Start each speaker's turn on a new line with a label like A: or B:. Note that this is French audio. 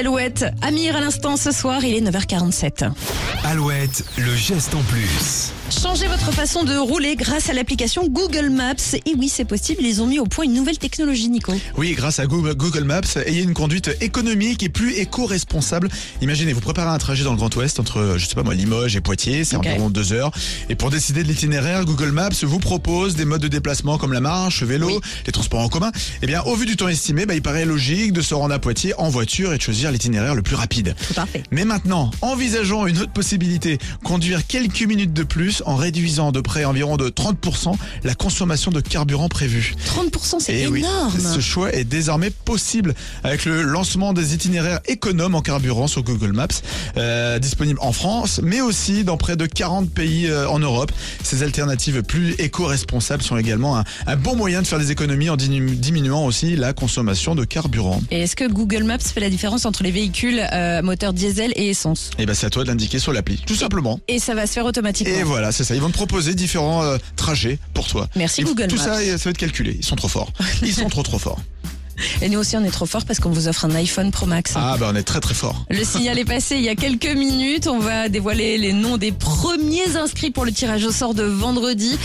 A: Alouette, Amir à l'instant ce soir, il est 9h47.
B: Alouette, le geste en plus.
A: Changez votre façon de rouler grâce à l'application Google Maps. Et oui, c'est possible, ils ont mis au point une nouvelle technologie, Nico.
B: Oui, grâce à Google Google Maps, ayez une conduite économique et plus éco-responsable. Imaginez, vous préparez un trajet dans le Grand Ouest entre, je sais pas moi, Limoges et Poitiers, c'est
A: Ok.
B: environ deux heures. Et pour décider de l'itinéraire, Google Maps vous propose des modes de déplacement comme la marche, vélo,
A: Oui.
B: les transports en commun. Eh bien, au vu du temps estimé, bah, il paraît logique de se rendre à Poitiers en voiture et de choisir l'itinéraire le plus rapide.
A: Tout parfait.
B: Mais maintenant, envisageons une autre possibilité, conduire quelques minutes de plus en réduisant de près environ de 30% la consommation de carburant prévue.
A: 30%, c'est
B: Eh oui,
A: énorme.
B: ce choix est désormais possible avec le lancement des itinéraires économes en carburant sur Google Maps, euh, disponible en France, mais aussi dans près de 40 pays euh, en Europe. Ces alternatives plus éco-responsables sont également un, un bon moyen de faire des économies en dinu- diminuant aussi la consommation de carburant.
A: Et est-ce que Google Maps fait la différence entre les véhicules euh, moteur diesel et essence
B: Et ben c'est à toi de l'indiquer sur l'appli, tout simplement.
A: Et ça va se faire automatiquement.
B: Et voilà, c'est ça. Ils vont te proposer différents euh, trajets pour toi.
A: Merci
B: Et
A: Google
B: Tout
A: Maps.
B: ça, euh, ça va être calculé. Ils sont trop forts. Ils sont trop trop forts.
A: Et nous aussi, on est trop fort parce qu'on vous offre un iPhone Pro Max.
B: Ah bah on est très très forts.
A: Le signal est passé il y a quelques minutes. On va dévoiler les noms des premiers inscrits pour le tirage au sort de vendredi.